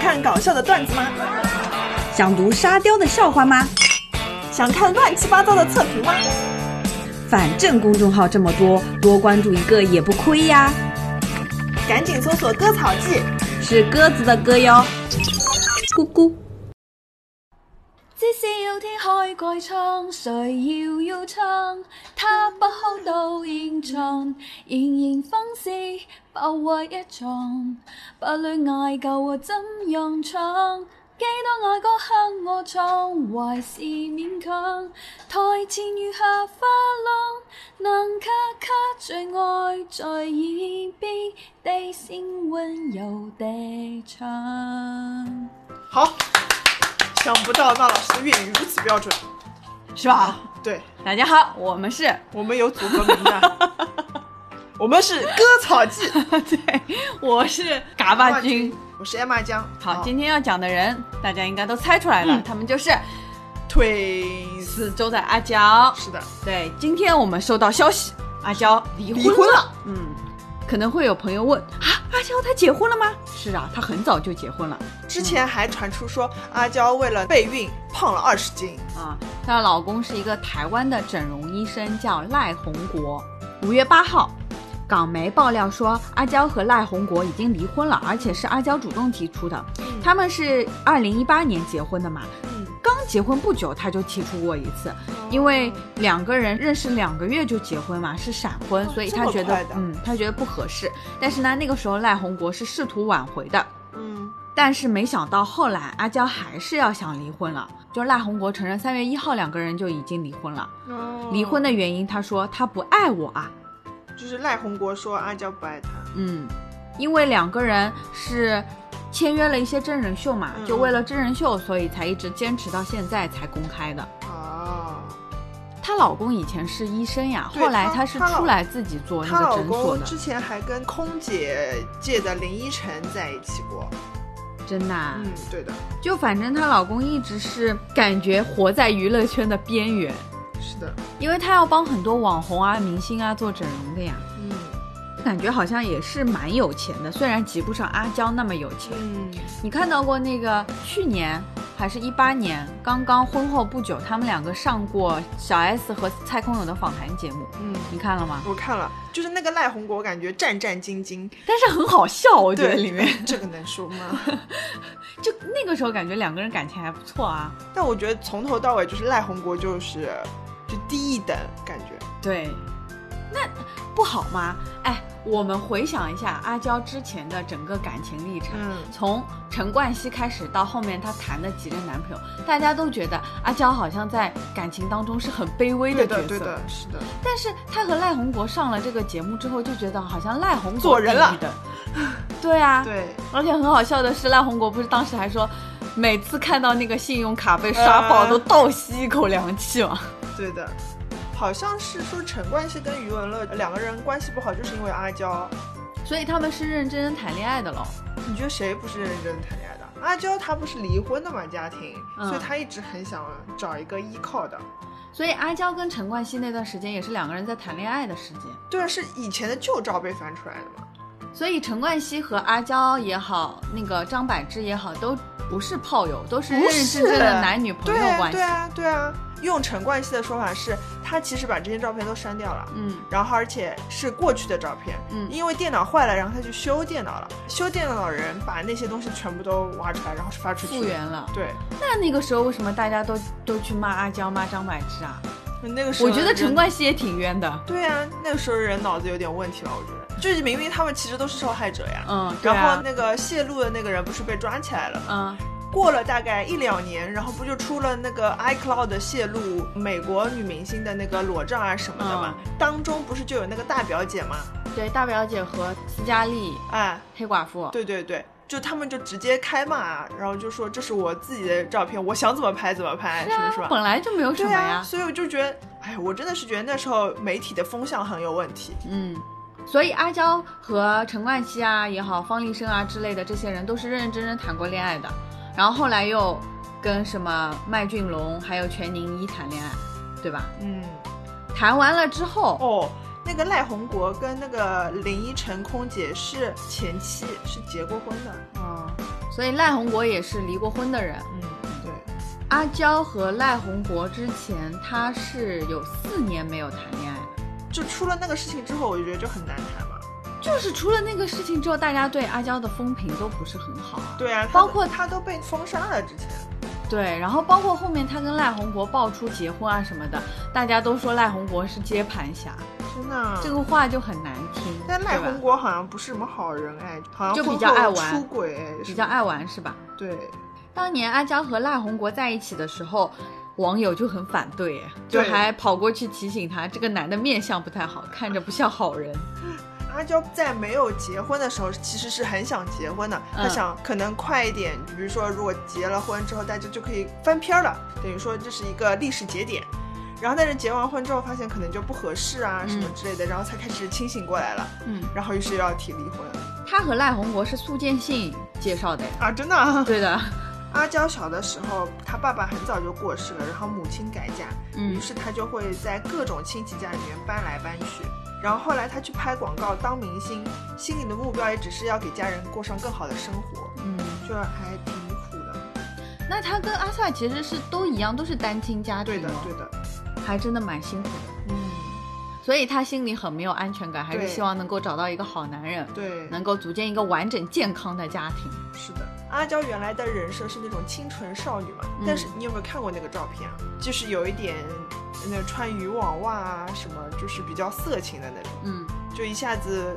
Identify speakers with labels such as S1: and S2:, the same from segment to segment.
S1: 看搞笑的段子吗？
S2: 想读沙雕的笑话吗？
S1: 想看乱七八糟的测评吗？
S2: 反正公众号这么多，多关注一个也不亏呀。
S1: 赶紧搜索“割草记”，
S2: 是鸽子的歌哟。咕咕。
S3: 只是要天開蓋窗，誰要要窗？他不哭到現場，仍然方是不屈一撞。不戀嗌救我怎樣唱？幾多愛歌向我闖，還是勉強。台前如下花浪，能卡卡最愛在耳邊低聲溫柔地唱。
S1: 好，想不到娜老师的粤语如此标准，
S4: 是吧？
S1: 对
S4: 大家好，我们是，
S1: 我们有组合名的，我们是割草记。
S4: 对，我是嘎巴君。，
S1: 我是艾玛江。啊
S4: 好，今天要讲的人，大家应该都猜出来了，
S1: 嗯
S4: 他们就是
S1: 腿
S4: 四周的阿娇。
S1: 是的，
S4: 对，今天我们收到消息，阿娇离婚
S1: 离婚了。
S4: 嗯，可能会有朋友问啊，阿娇她结婚了吗？是啊，她很早就结婚了
S1: 之前还传出说阿娇为了备孕胖了二十斤，
S4: 啊。她的老公是一个台湾的整容医生，叫赖宏国。五月八号，港媒爆料说阿娇和赖宏国已经离婚了，而且是阿娇主动提出的。他们是二零一八年结婚的嘛，
S1: 嗯，哦
S4: 刚结婚不久她就提出过一次，因为两个人认识两个月就结婚嘛，是闪婚，
S1: 哦
S4: 所以
S1: 这
S4: 她
S1: 么
S4: 觉
S1: 快
S4: 得
S1: 的，
S4: 嗯，她觉得不合适。但是呢，那个时候赖宏国是试图挽回的，
S1: 嗯
S4: 但是没想到后来阿娇还是要想离婚了。就赖宏国承认，三月一号两个人就已经离婚了。
S1: 哦
S4: 离婚的原因，他说他不爱我啊，
S1: 就是赖宏国说阿娇不爱他，
S4: 嗯，因为两个人是签约了一些真人秀嘛，
S1: 嗯
S4: 就为了真人秀，所以才一直坚持到现在才公开的。
S1: 哦，
S4: 她老公以前是医生呀，
S1: 对
S4: 后来
S1: 她
S4: 她是
S1: 她老
S4: 出来自己做
S1: 她
S4: 那个
S1: 老
S4: 诊所
S1: 公
S4: 的，
S1: 之前还跟空姐界的林依晨在一起过。
S4: 真的、啊
S1: 嗯，对的，
S4: 就反正她老公一直是感觉活在娱乐圈的边缘，
S1: 是的，
S4: 因为他要帮很多网红啊、明星啊做整容的呀，
S1: 嗯
S4: 感觉好像也是蛮有钱的，虽然及不上阿娇那么有钱。
S1: 嗯，
S4: 你看到过那个去年还是一八年，刚刚婚后不久，他们两个上过小 S 和蔡康永的访谈节目，
S1: 嗯，
S4: 你看了吗？
S1: 我看了，就是那个赖宏国，感觉战战 兢兢。
S4: 但是很好笑，我觉得
S1: 对
S4: 里面
S1: 这个能说吗？
S4: 就那个时候感觉两个人感情还不错啊。
S1: 但我觉得从头到尾就是赖宏国就是就低一等感觉。
S4: 对，那不好吗？哎，我们回想一下阿娇之前的整个感情历程。
S1: 嗯
S4: 从陈冠希开始到后面她谈的几任男朋友，大家都觉得阿娇好像在感情当中是很卑微
S1: 对
S4: 角
S1: 的
S4: 色。
S1: 对的，是的，
S4: 但是她和赖宏国上了这个节目之后，就觉得好像赖宏国
S1: 做人了
S4: 定义的。对啊，
S1: 对。
S4: 而且很好笑的是，赖宏国不是当时还说，每次看到那个信用卡被刷爆，
S1: 呃
S4: 都倒吸一口凉气嘛。
S1: 对的，好像是说陈冠希跟余文乐两个人关系不好，就是因为阿娇。
S4: 所以他们是认认真真谈恋爱的喽。
S1: 你觉得谁不是认真谈恋爱的？阿娇她不是离婚的嘛，家庭，
S4: 嗯
S1: 所以她一直很想找一个依靠的。
S4: 所以阿娇跟陈冠希那段时间也是两个人在谈恋爱的时间。
S1: 对啊，是以前的旧照被翻出来的嘛。
S4: 所以陈冠希和阿娇也好，那个张柏芝也好，都不是炮友，都是认认真真的男女朋
S1: 对
S4: 友
S1: 啊，
S4: 关系
S1: 对。啊，对啊。用陈冠希的说法是，他其实把这些照片都删掉了。
S4: 嗯，
S1: 然后而且是过去的照片，
S4: 嗯
S1: 因为电脑坏了，然后他去修电脑了，修电脑的人把那些东西全部都挖出来，然后发出去。
S4: 复原了。
S1: 对，
S4: 那那个时候为什么大家都都去骂阿娇、骂张柏芝啊？
S1: 那个时候
S4: 我觉得
S1: 人
S4: 陈冠希也挺冤的。
S1: 对啊，那个时候人脑子有点问题了，我觉得。就是明明他们其实都是受害者呀。
S4: 嗯，对
S1: 然
S4: 啊
S1: 后。那个泄露的那个人不是被抓起来了吗？
S4: 嗯，
S1: 过了大概一两年，然后不就出了那个 iCloud 的泄露美国女明星的那个裸照啊什么的嘛？
S4: 嗯
S1: 当中不是就有那个大表姐嘛？
S4: 对，大表姐和斯嘉丽、
S1: 哎，
S4: 黑寡妇，
S1: 对对对，就他们就直接开骂，然后就说这是我自己的照片，我想怎么拍怎么拍，
S4: 是
S1: 是不
S4: 啊
S1: 是，吧？
S4: 本来就没有什
S1: 对
S4: 么
S1: 啊，
S4: 呀。
S1: 所以我就觉得，哎，我真的是觉得那时候媒体的风向很有问题。
S4: 嗯，所以阿娇和陈冠希啊也好，方力申啊之类的这些人都是认认真真谈过恋爱的，然后后来又跟什么麦浚龙还有全宁一谈恋爱，对吧？
S1: 嗯。
S4: 谈完了之后，
S1: 哦，那个赖宏国跟那个林依晨空姐是前妻，是结过婚的。
S4: 哦，所以赖宏国也是离过婚的人。
S1: 嗯，对，
S4: 阿娇和赖宏国之前，他是有四年没有谈恋爱，
S1: 就出了那个事情之后，我就觉得就很难谈嘛。
S4: 就是除了那个事情之后，大家对阿娇的风评都不是很好啊。
S1: 对啊，他
S4: 包括
S1: 他都被封杀了之前。
S4: 对，然后包括后面他跟赖宏国爆出结婚啊什么的，大家都说赖宏国是接盘侠，
S1: 真的啊，
S4: 这个话就很难听。
S1: 但赖
S4: 对吧
S1: 宏国好像不是什么好人哎，好像
S4: 就比
S1: 婚
S4: 较爱
S1: 后
S4: 玩
S1: 出轨哎，
S4: 比较爱玩是吧？
S1: 对，
S4: 当年阿娇和赖宏国在一起的时候，网友就很反对，就
S1: 对
S4: 还跑过去提醒他，这个男的面相不太好，看着不像好人。
S1: 阿娇在没有结婚的时候，其实是很想结婚的，
S4: 嗯
S1: 她想可能快一点，比如说如果结了婚之后，大家就可以翻篇儿了，等于说这是一个历史节点。然后但是结完婚之后，发现可能就不合适啊什么
S4: 嗯
S1: 之类的，然后才开始清醒过来了，
S4: 嗯，
S1: 然后于是又要提离婚
S4: 他和赖宏国是苏建信介绍的呀。
S1: 啊！真的啊、
S4: 对的，
S1: 阿娇小的时候，她爸爸很早就过世了，然后母亲改嫁，于
S4: 嗯
S1: 是她就会在各种亲戚家里面搬来搬去。然后后来她去拍广告当明星，心里的目标也只是要给家人过上更好的生活，
S4: 嗯，
S1: 就还挺苦的。
S4: 那他跟阿 sa 其实是都一样，都是单亲家庭、
S1: 对
S4: 哦，
S1: 的，对的，
S4: 还真的蛮辛苦的，
S1: 嗯，
S4: 所以他心里很没有安全感，还是
S1: 对
S4: 希望能够找到一个好男人，
S1: 对，
S4: 能够组建一个完整健康的家庭。
S1: 是的。阿娇原来的人设是那种清纯少女嘛，
S4: 嗯
S1: 但是你有没有看过那个照片啊？就是有一点，那穿渔网袜啊什么，就是比较色情的那种，
S4: 嗯
S1: 就一下子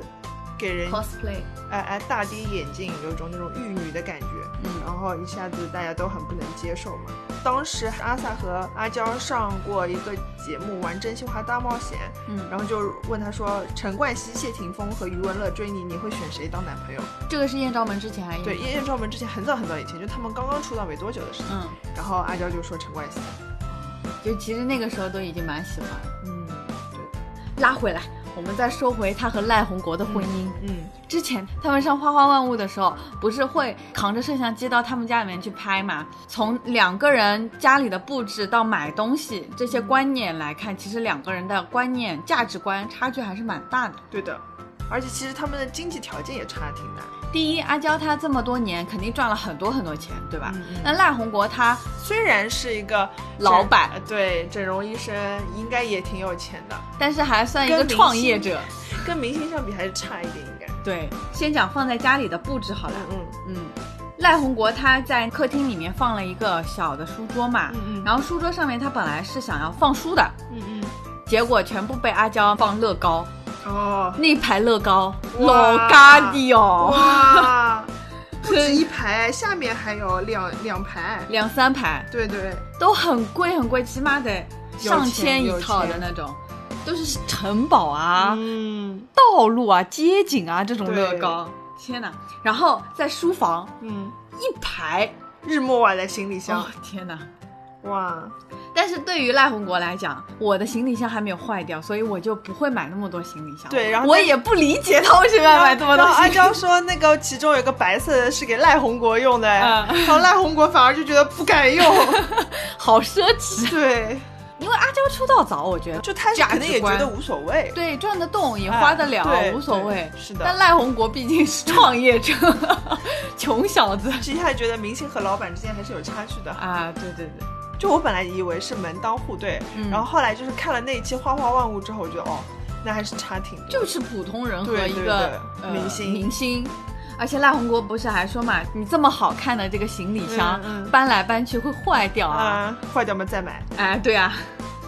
S1: 给人
S4: ，cosplay，
S1: 哎哎大跌眼镜，有种那种玉女的感觉。
S4: 嗯
S1: 然后一下子大家都很不能接受嘛。当时阿萨和阿娇上过一个节目玩真心话大冒险，
S4: 嗯，
S1: 然后就问他说，陈冠希、谢霆锋和余文乐追你，你会选谁当男朋友？
S4: 这个是艳照门之前还有
S1: 对，，因为艳照门之前很早很早以前，就他们刚刚出道没多久的事情。
S4: 嗯，
S1: 然后阿娇就说陈冠希，
S4: 就其实那个时候都已经蛮喜欢了。
S1: 嗯，对，
S4: 拉回来，我们再说回他和赖宏国的婚姻。
S1: 嗯，
S4: 之前他们上《花花万物》的时候，不是会扛着摄像机到他们家里面去拍嘛？从两个人家里的布置到买东西这些观念来看，其实两个人的观念、价值观差距还是蛮大的。
S1: 对的。而且其实他们的经济条件也差挺大，
S4: 第一，阿娇她这么多年肯定赚了很多很多钱，对吧？
S1: 嗯嗯
S4: 那赖宏国他
S1: 虽然是一个
S4: 老板，
S1: 整对整容医生应该也挺有钱的，
S4: 但是还算一个
S1: 跟明星
S4: 创业者。
S1: 跟明星相比还是差一点，应该。
S4: 对，先讲放在家里的布置好了。
S1: 嗯
S4: 嗯，赖宏国他在客厅里面放了一个小的书桌嘛，
S1: 嗯嗯
S4: 然后书桌上面他本来是想要放书的，
S1: 嗯嗯。
S4: 结果全部被阿娇放乐高，
S1: 哦，
S4: 那排乐高老
S1: 哇
S4: 嘎的哦，
S1: 哇，不 止一排，下面还有两两排。
S4: 两三排
S1: 对对，
S4: 都很贵很贵，起码得上千
S1: 有
S4: 一
S1: 钱
S4: 套的那种，都是城堡啊、
S1: 嗯
S4: 道路啊、街景啊这种
S1: 对
S4: 乐高。天哪！然后在书房
S1: 嗯，
S4: 一排，
S1: 日默瓦的行李箱
S4: 哦，天哪！
S1: 哇，
S4: 但是对于赖宏国来讲，我的行李箱还没有坏掉，所以我就不会买那么多行李箱。
S1: 对然后
S4: 我
S1: 但是
S4: 也不理解他为什么要买这么多
S1: 然后
S4: 行
S1: 阿
S4: 李箱。
S1: 娇说那个其中有一个白色的是给赖宏国用的，
S4: 嗯
S1: 然后赖宏国反而就觉得不敢 用。
S4: 好奢侈，
S1: 对，
S4: 因为阿娇出道早，我觉得
S1: 就他是可能也觉
S4: 价值
S1: 得
S4: 观
S1: 无所谓，
S4: 对赚得动也花得了，
S1: 哎对
S4: 无所谓。
S1: 对是的
S4: 但赖宏国毕竟是创业者， 穷小子
S1: 其实还觉得明星和老板之间还是有差距的。
S4: 啊，对对对，
S1: 就我本来以为是门当户对，
S4: 嗯
S1: 然后后来就是看了那一期《花花万物》之后，我觉得哦，那还是差挺多的。
S4: 就是普通人和
S1: 对
S4: 一
S1: 对
S4: 个
S1: 对
S4: 呃
S1: 明星
S4: 明星。而且赖宏国不是还说嘛，你这么好看的这个行李箱、
S1: 嗯嗯
S4: 搬来搬去会坏掉啊。
S1: 啊，坏掉嘛再买。
S4: 哎，对啊，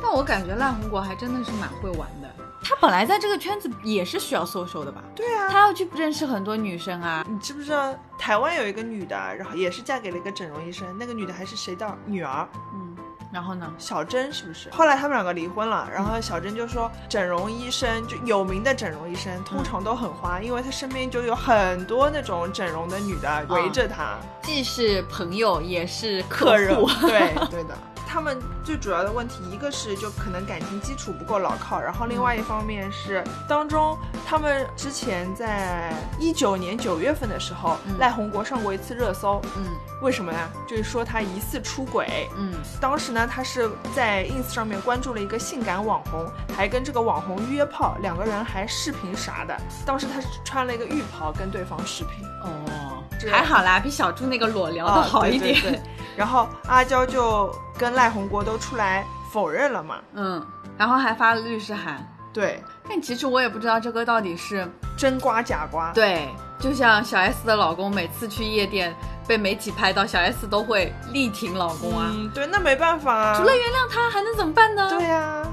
S4: 但我感觉赖宏国还真的是蛮会玩的。他本来在这个圈子也是需要 social 的吧？
S1: 对啊，
S4: 他要去认识很多女生啊。
S1: 你知不知道台湾有一个女的，啊然后也是嫁给了一个整容医生，那个女的还是谁的女儿？
S4: 嗯，然后呢？
S1: 小珍是不是？后来他们两个离婚了，然后小珍就说，整容医生就有名的整容医生
S4: 嗯
S1: 通常都很花，因为他身边就有很多那种整容的女的围着他，
S4: 既是朋友，也是客
S1: 客人
S4: 户。
S1: 对对的。他们最主要的问题，一个是就可能感情基础不够牢靠，然后另外一方面是当中他们之前在一九年九月份的时候，
S4: 嗯
S1: 赖宏国上过一次热搜，
S4: 嗯
S1: 为什么呢？就是说他疑似出轨。
S4: 嗯
S1: 当时呢，他是在 ins 上面关注了一个性感网红，还跟这个网红约炮，两个人还视频啥的。当时他是穿了一个浴袍跟对方视频，
S4: 哦
S1: 这，
S4: 还好啦，比小猪那个裸聊的
S1: 啊
S4: 好一
S1: 对
S4: 点。
S1: 对 对然后阿娇就跟赖宏国都出来否认了嘛。
S4: 嗯，然后还发了律师函。
S1: 对，
S4: 但其实我也不知道这个到底是
S1: 真瓜假瓜。
S4: 对，就像小 S 的老公每次去夜店被媒体拍到，小 S 都会力挺老公啊。
S1: 嗯，对，那没办法啊。
S4: 除了原谅他，还能怎么办呢？
S1: 对，啊呀、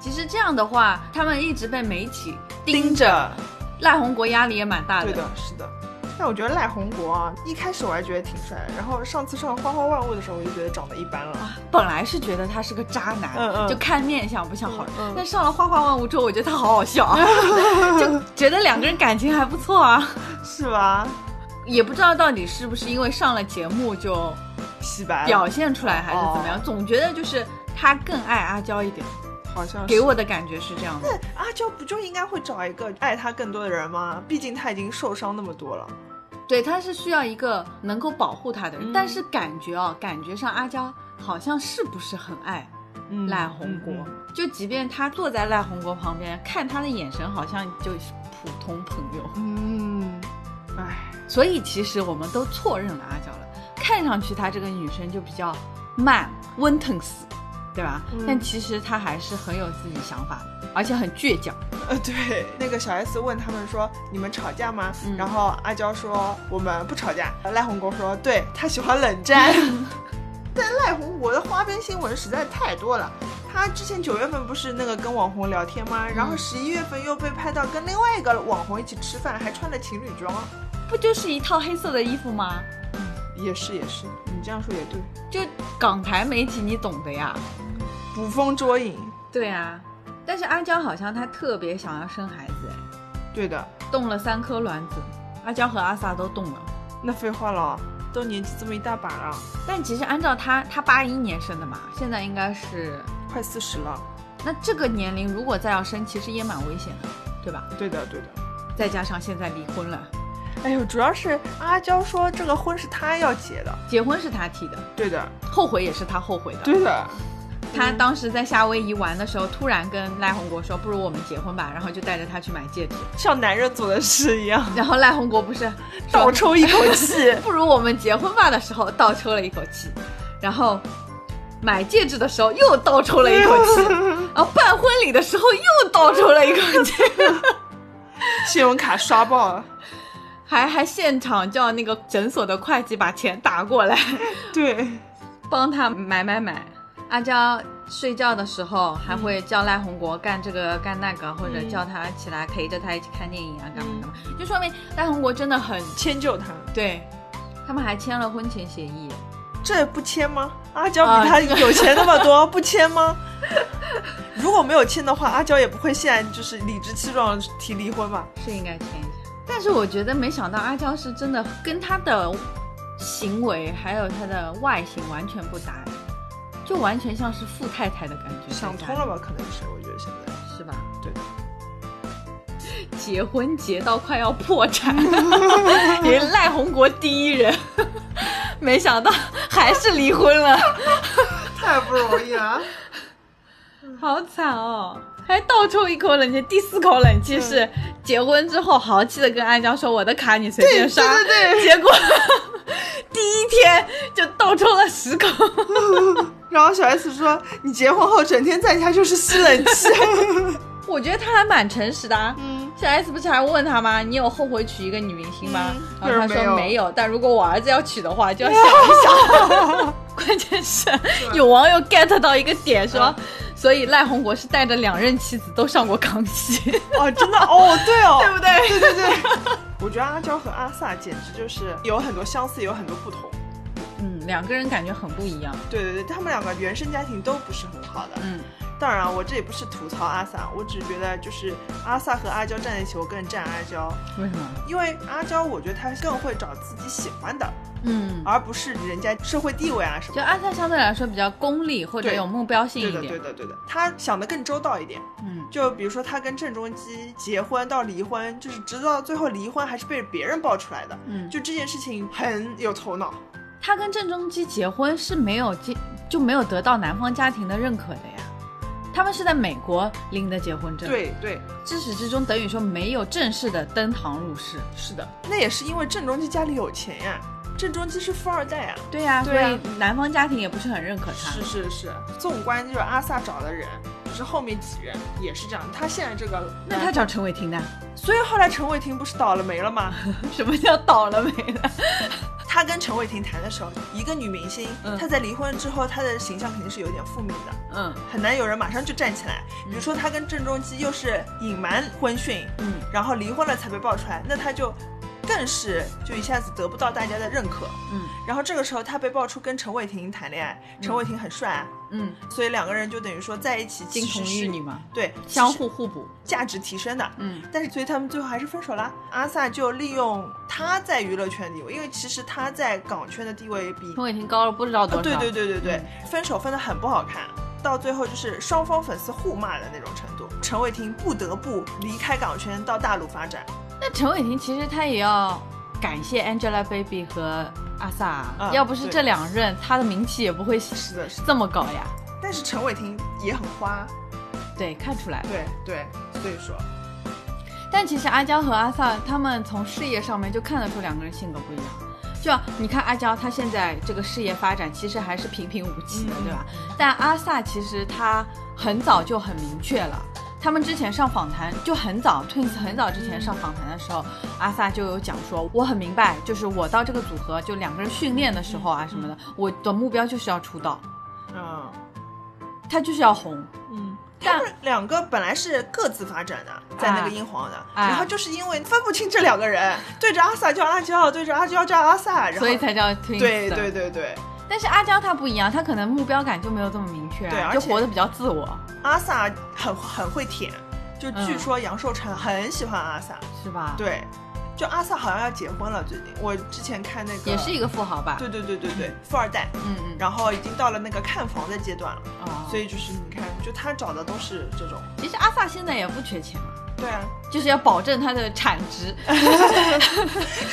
S4: 其实这样的话，他们一直被媒体盯
S1: 盯
S4: 着，
S1: 着，
S4: 赖宏国压力也蛮大
S1: 对的，是的。但我觉得赖宏国啊，一开始我还觉得挺帅，然后上次上《花花万物》的时候，我就觉得长得一般了。
S4: 本来是觉得他是个渣男，
S1: 嗯嗯
S4: 就看面相不像好人。
S1: 嗯嗯
S4: 但上了《花花万物》之后，我觉得他好好笑啊， 就觉得两个人感情还不错啊。
S1: 是吧？
S4: 也不知道到底是不是因为上了节目就
S1: 洗白了
S4: 表现出来，还是怎么样
S1: 啊哦，
S4: 总觉得就是他更爱阿娇一点，
S1: 好像是
S4: 给我的感觉是这样的。
S1: 阿娇不就应该会找一个爱她更多的人吗？毕竟她已经受伤那么多了。
S4: 对，他是需要一个能够保护他的人，
S1: 嗯
S4: 但是感觉啊，感觉上阿娇好像是不是很爱
S1: 嗯
S4: 赖红国？就即便他坐在赖红国旁边，看他的眼神好像就是普通朋友。
S1: 嗯，唉，
S4: 所以其实我们都错认了阿娇了。看上去她这个女生就比较慢、温腾死，对吧？
S1: 嗯
S4: 但其实她还是很有自己想法的，而且很倔强。
S1: 呃，对，那个小 S 问他们说：“你们吵架吗？”
S4: 嗯
S1: 然后阿娇说：“我们不吵架。”赖宏国说：“对他喜欢冷 战。”但赖宏国的花边新闻实在太多了。他之前九月份不是那个跟网红聊天吗？然后
S4: 嗯
S1: 十一月份又被拍到跟另外一个网红一起吃饭，还穿了情侣装。
S4: 不就是一套黑色的衣服吗？
S1: 也是也是，你这样说也对，
S4: 就港台媒体，你懂的呀。
S1: 捕风捉影。
S4: 对啊，但是阿娇好像她特别想要生孩子，哎，
S1: 对的，
S4: 动了三颗卵子，阿娇和阿 sa 都动了。
S1: 那废话了，都年纪这么一大把了，
S4: 但其实按照她，她八一年生的嘛，现在应该是，
S1: 快四十了。
S4: 那这个年龄如果再要生，其实也蛮危险的，对吧？
S1: 对的对的。
S4: 再加上现在离婚了，
S1: 哎呦，主要是阿娇说这个婚是她要结的。
S4: 结婚是他提的，
S1: 对的，
S4: 后悔也是他后悔的。
S1: 对的，
S4: 他当时在夏威夷玩的时候，突然跟赖宏国说：“不如我们结婚吧。”然后就带着他去买戒指。
S1: 像男人做的事一样，
S4: 然后赖宏国不是
S1: 倒
S4: 说。
S1: 抽一 口气
S4: 不如我们结婚吧的时候倒抽了一口气，然后买戒指的时候又倒抽了一口气，然后办婚礼的时候又倒抽了一口气，
S1: 信用卡刷爆了。
S4: 还还现场叫那个诊所的会计把钱打过来。
S1: 对，
S4: 帮他买买买。阿娇睡觉的时候还
S1: 嗯
S4: 会叫赖宏国干这个干那个，或者叫他起来陪着他一起看电影啊，干嘛
S1: 嗯
S4: 干嘛，就说明赖宏国真的很
S1: 迁就他，
S4: 对。他们还签了婚前协议，
S1: 这不签吗？阿娇
S4: 啊
S1: 比他有钱那么 多，不签吗？如果没有签的话，阿娇也不会现在就是理直气壮地提离婚吧？
S4: 是应该签一下。但是我觉得没想到阿娇是真的跟她的行为还有她的外形完全不搭，就完全像是富太太的感觉。
S1: 想通了吧？可能是，我觉得现在
S4: 是吧？
S1: 对的。
S4: 结婚结到快要破产，也是赖宏国第一人， 没想到还是离婚了，
S1: 太不容易了。
S4: 好惨哦！还倒抽一口冷气，第四口冷气是结婚之后豪气的跟阿娇说：“我的卡你随便刷。”
S1: 对对对
S4: 结果 第一天就倒抽了十口，
S1: 然后小 S 说：“你结婚后整天在家就是吸冷气。
S4: 我觉得他还蛮诚实的、啊”。
S1: 嗯，
S4: 小 S 不是还问他吗？你有后悔娶一个女明星吗？
S1: 嗯
S4: 然后他
S1: 就是
S4: 说
S1: 没有
S4: 没有，但如果我儿子要娶的话，就要想一想。 关键是有网友 get 到一个点说，所以赖宏国是带着两任妻子都上过康熙，
S1: 哦，真的哦， 对哦，
S4: 对不对？
S1: 对对对， 我觉得阿娇和阿萨简直就是有很多相似，有很多不同。
S4: 嗯，两个人感觉很不一样。
S1: 对对对，他们两个原生家庭都不是很好的。
S4: 嗯，
S1: 当然，我这也不是吐槽阿萨，我只是觉得就是阿萨和阿娇站在一起，我更站阿娇，
S5: 为什么？
S1: 因为阿娇我觉得她更会找自己喜欢的，
S4: 嗯，
S1: 而不是人家社会地位啊什么
S4: 就
S1: 的。
S4: 阿萨相对来说比较功利或者
S1: 对
S4: 有目标性
S1: 对
S4: 一
S1: 的，
S4: 点，
S1: 对的，对的，她想的更周到一点。
S5: 嗯，
S1: 就比如说，她跟郑中基结婚到离婚，就是直到最后离婚还是被别人爆出来的。
S5: 嗯
S1: 就这件事情很有头脑。
S4: 他跟郑中基结婚是没有结就没有得到男方家庭的认可的呀。他们是在美国领的结婚证，，
S1: 对对，
S4: 至始至终等于说没有正式的登堂入室。是的，
S1: 那也是因为郑中基家里有钱呀，郑中基是富二代呀。
S4: 对呀、
S1: 对呀
S4: 所以男方家庭也不是啊很认可他。
S1: 是是是，纵观就是阿萨找的人，就是后面几人也是这样。他现在这个，
S4: 那他找陈伟霆呢？
S1: 所以后来陈伟霆不是倒了霉了吗？
S4: 什么叫倒了霉了？
S1: 他跟陈伟霆谈的时候，一个女明星，
S4: 嗯
S1: 她在离婚之后，她的形象肯定是有点负面的。
S4: 嗯
S1: 很难有人马上就站起来。比如说他跟郑中基又是隐瞒婚讯，
S4: 嗯，
S1: 然后离婚了才被爆出来，那他就更是就一下子得不到大家的认可。
S4: 嗯
S1: 然后这个时候他被爆出跟陈伟霆谈恋爱，陈伟霆很帅啊，
S4: 嗯，
S1: 所以两个人就等于说在一起
S4: 金
S1: 其
S4: 童
S1: 实是
S4: 玉女嘛，
S1: 对
S4: 相互互补。
S1: 价值提升的。
S4: 嗯
S1: 但是，所以他们最后还是分手啦。阿萨就利用他在娱乐圈地位，因为其实他在港圈的地位比
S4: 陈伟霆高了不知道多少。
S1: 啊，对对对对对，分手分的很不好看，到最后就是双方粉丝互骂的那种程度。陈伟霆不得不离开港圈到大陆发展
S4: 那陈伟霆其实他也要感谢 Angelababy 和阿 sa，、
S1: 嗯
S4: 要不是这两任，他的名气也不会是
S1: 的是
S4: 这么高呀。
S1: 但是陈伟霆也很花，
S4: 对，看出来了。
S1: 对对，所以说
S4: 但其实阿娇和阿 sa 他们从事业上面就看得出两个人性格不一样。就啊你看阿娇，她现在这个事业发展其实还是平平无奇的，
S1: 嗯
S4: 对吧？但阿 sa 其实他很早就很明确了。他们之前上访谈就很早，Twins 很早之前上访谈的时候，阿 sa 就有讲说，我很明白，就是我到这个组合就两个人训练的时候啊什么的，我的目标就是要出道，
S1: 嗯
S4: 他就是要红。
S1: 嗯。他
S4: 但
S1: 们两个本来是各自发展的，在那个英皇的，
S4: 啊
S1: 然后就是因为分不清这两个人，对着阿萨叫阿娇，对着阿娇叫阿萨，然后
S4: 所以才叫 Twins 的。
S1: 对对对对，
S4: 但是阿娇她不一样，她可能目标感就没有这么明确啊、
S1: 对而
S4: 就
S1: 且
S4: 活得比较自我，
S1: 阿萨很很会舔，就据
S4: 嗯
S1: 说杨受成很喜欢阿萨，
S4: 是吧？，
S1: 对，就阿萨好像要结婚了，最近我之前看那个
S4: 也是一个富豪吧？
S1: 对对对对对富二代，
S4: 嗯嗯，
S1: 然后已经到了那个看房的阶段了，
S4: 哦，
S1: 所以就是你看，就他找的都是这种，
S4: 其实阿萨现在也不缺钱嘛，
S1: 对啊，
S4: 就是要保证她的产 值。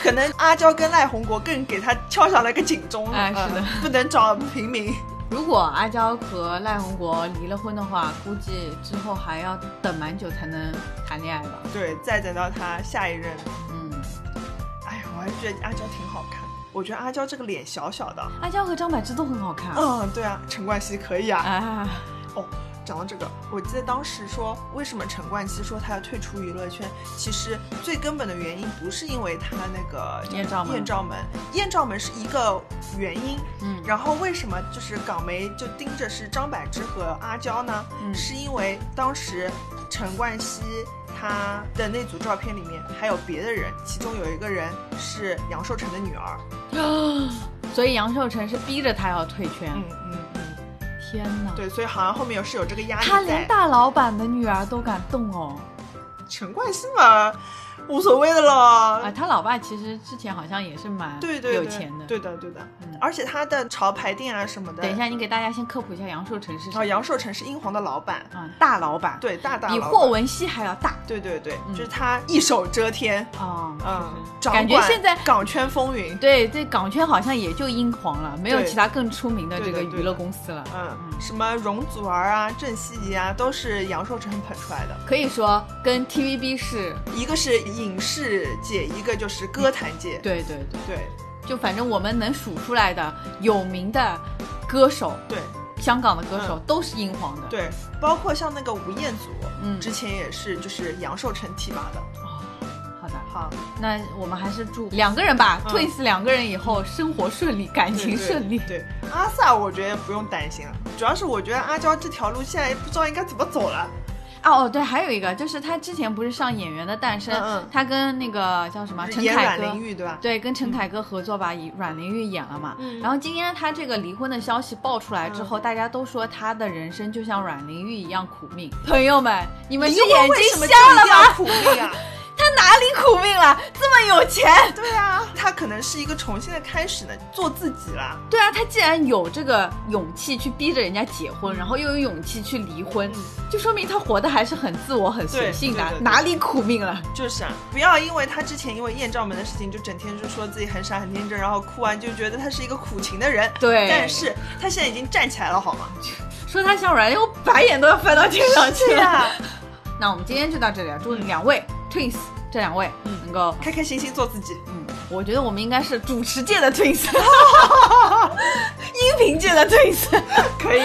S1: 可能阿娇跟赖宏国更给他敲响了一个警钟，
S4: 哎
S1: 呃
S4: 是的，
S1: 不能找平民，
S4: 如果阿娇和赖宏国离了婚的话，估计之后还要等蛮久才能谈恋爱吧？
S1: 对，再等到他下一任，
S4: 嗯，
S1: 哎呀，我还是觉得阿娇挺好看，我觉得阿娇这个脸小小的，
S4: 阿娇和张柏芝都很好看。
S1: 嗯，对啊，陈冠希可以啊。
S4: 啊，
S1: 讲到这个，我记得当时说，为什么陈冠希说他要退出娱乐圈？其实最根本的原因不是因为他那个
S4: 艳照门
S1: 艳照门，艳照门是一个原因。
S4: 嗯，
S1: 然后为什么就是港媒就盯着是张柏芝和阿娇呢？
S4: 嗯
S1: 是因为当时陈冠希他的那组照片里面还有别的人，其中有一个人是杨受成的女儿。
S4: 所以杨受成是逼着她要退圈。
S1: 嗯嗯嗯，
S4: 天哪！
S1: 对，所以好像后面有是有这个压力在。
S4: 他连大老板的女儿都敢动哦！
S1: 陈冠希嘛，无所谓的了。
S4: 啊，他老爸其实之前好像也是蛮
S1: 对对对，
S4: 有钱的。
S1: 对的对的，
S4: 嗯
S1: 而且他的潮牌店啊什么的，
S4: 等一，下，你给大家先科普一下杨受成是
S1: 然后
S4: 谁
S1: 杨受成是英皇的老板，
S4: 啊？大老板，，
S1: 对大大
S4: 比
S1: 老
S4: 霍
S1: 板，
S4: 汶希还要大
S1: 对对对，
S4: 嗯
S1: 就是他一手遮天，
S4: 啊！
S1: 嗯，
S4: 是
S1: 掌
S4: 感觉
S1: 管
S4: 现在
S1: 港圈风云，
S4: 对，这港圈好像也就英皇了，没有
S1: 对
S4: 其他更出名的这
S1: 对的
S4: 个
S1: 对的
S4: 娱乐公司了。
S1: 嗯，什么容祖儿啊、郑希怡啊，都是杨受成捧出来的，
S4: 可以说跟 TVB 是，
S1: 一个是影视界，一个就是歌坛界，
S4: 对对嗯对，
S1: 对
S4: 就反正我们能数出来的有名的歌手，
S1: 对
S4: 香港的歌手都是英皇的。，
S1: 嗯对，包括像那个吴彦祖，
S4: 嗯
S1: 之前也是就是杨受成提拔的，
S4: 好的，
S1: 好，
S4: 那我们还是祝两个人吧
S1: 嗯
S4: ，Twins 两个人以后生活顺利，感
S1: 对
S4: 情
S1: 对
S4: 顺利。
S1: 对阿萨，我觉得不用担心了，主要是我觉得阿娇这条路现在不知道应该怎么走了。
S4: 哦哦，对，还有一个就是他之前不是上《演员的诞生》
S1: 嗯嗯
S4: 他跟那个叫什么啊陈
S1: 演
S4: 凯
S1: 阮
S4: 歌
S1: 玲。玉对吧？
S4: 对，跟陈凯歌合作吧，以阮玲玉演了嘛。
S1: 嗯
S4: 然后今天他这个离婚的消息爆出来之后，大家都说他的人生就像阮玲玉一样苦命。朋友们，你们是
S1: 因为
S4: 眼
S1: 为什
S4: 睛
S1: 么
S4: 瞎
S1: 就一
S4: 了
S1: 定要
S4: 吗？
S1: 苦命啊？
S4: 他哪里苦命了？这么有钱？
S1: 对啊，他可能是一个重新的开始呢，做自己啦。
S4: 对啊，他既然有这个勇气去逼着人家结婚，
S1: 嗯
S4: 然后又有勇气去离婚，就说明他活的还是很自我、很随性的
S1: 对对，对
S4: 哪里苦命了？
S1: 就是啊，不要因为他之前因为艳照门的事情，就整天就说自己很傻很天真，然后哭完就觉得他是一个苦情的人。
S4: 对
S1: 但是他现在已经站起来了，好吗？
S4: 说他像阮玲，我白眼都要翻到天上去
S1: 对
S4: 了。
S1: 啊，
S4: 那我们今天就到这里啊了，祝两位、twins 这两位
S1: 嗯
S4: 能够，
S1: 开开心心做自己。
S4: 嗯，我觉得我们应该是主 持界的 twins，音频界的 twins。
S1: 可以。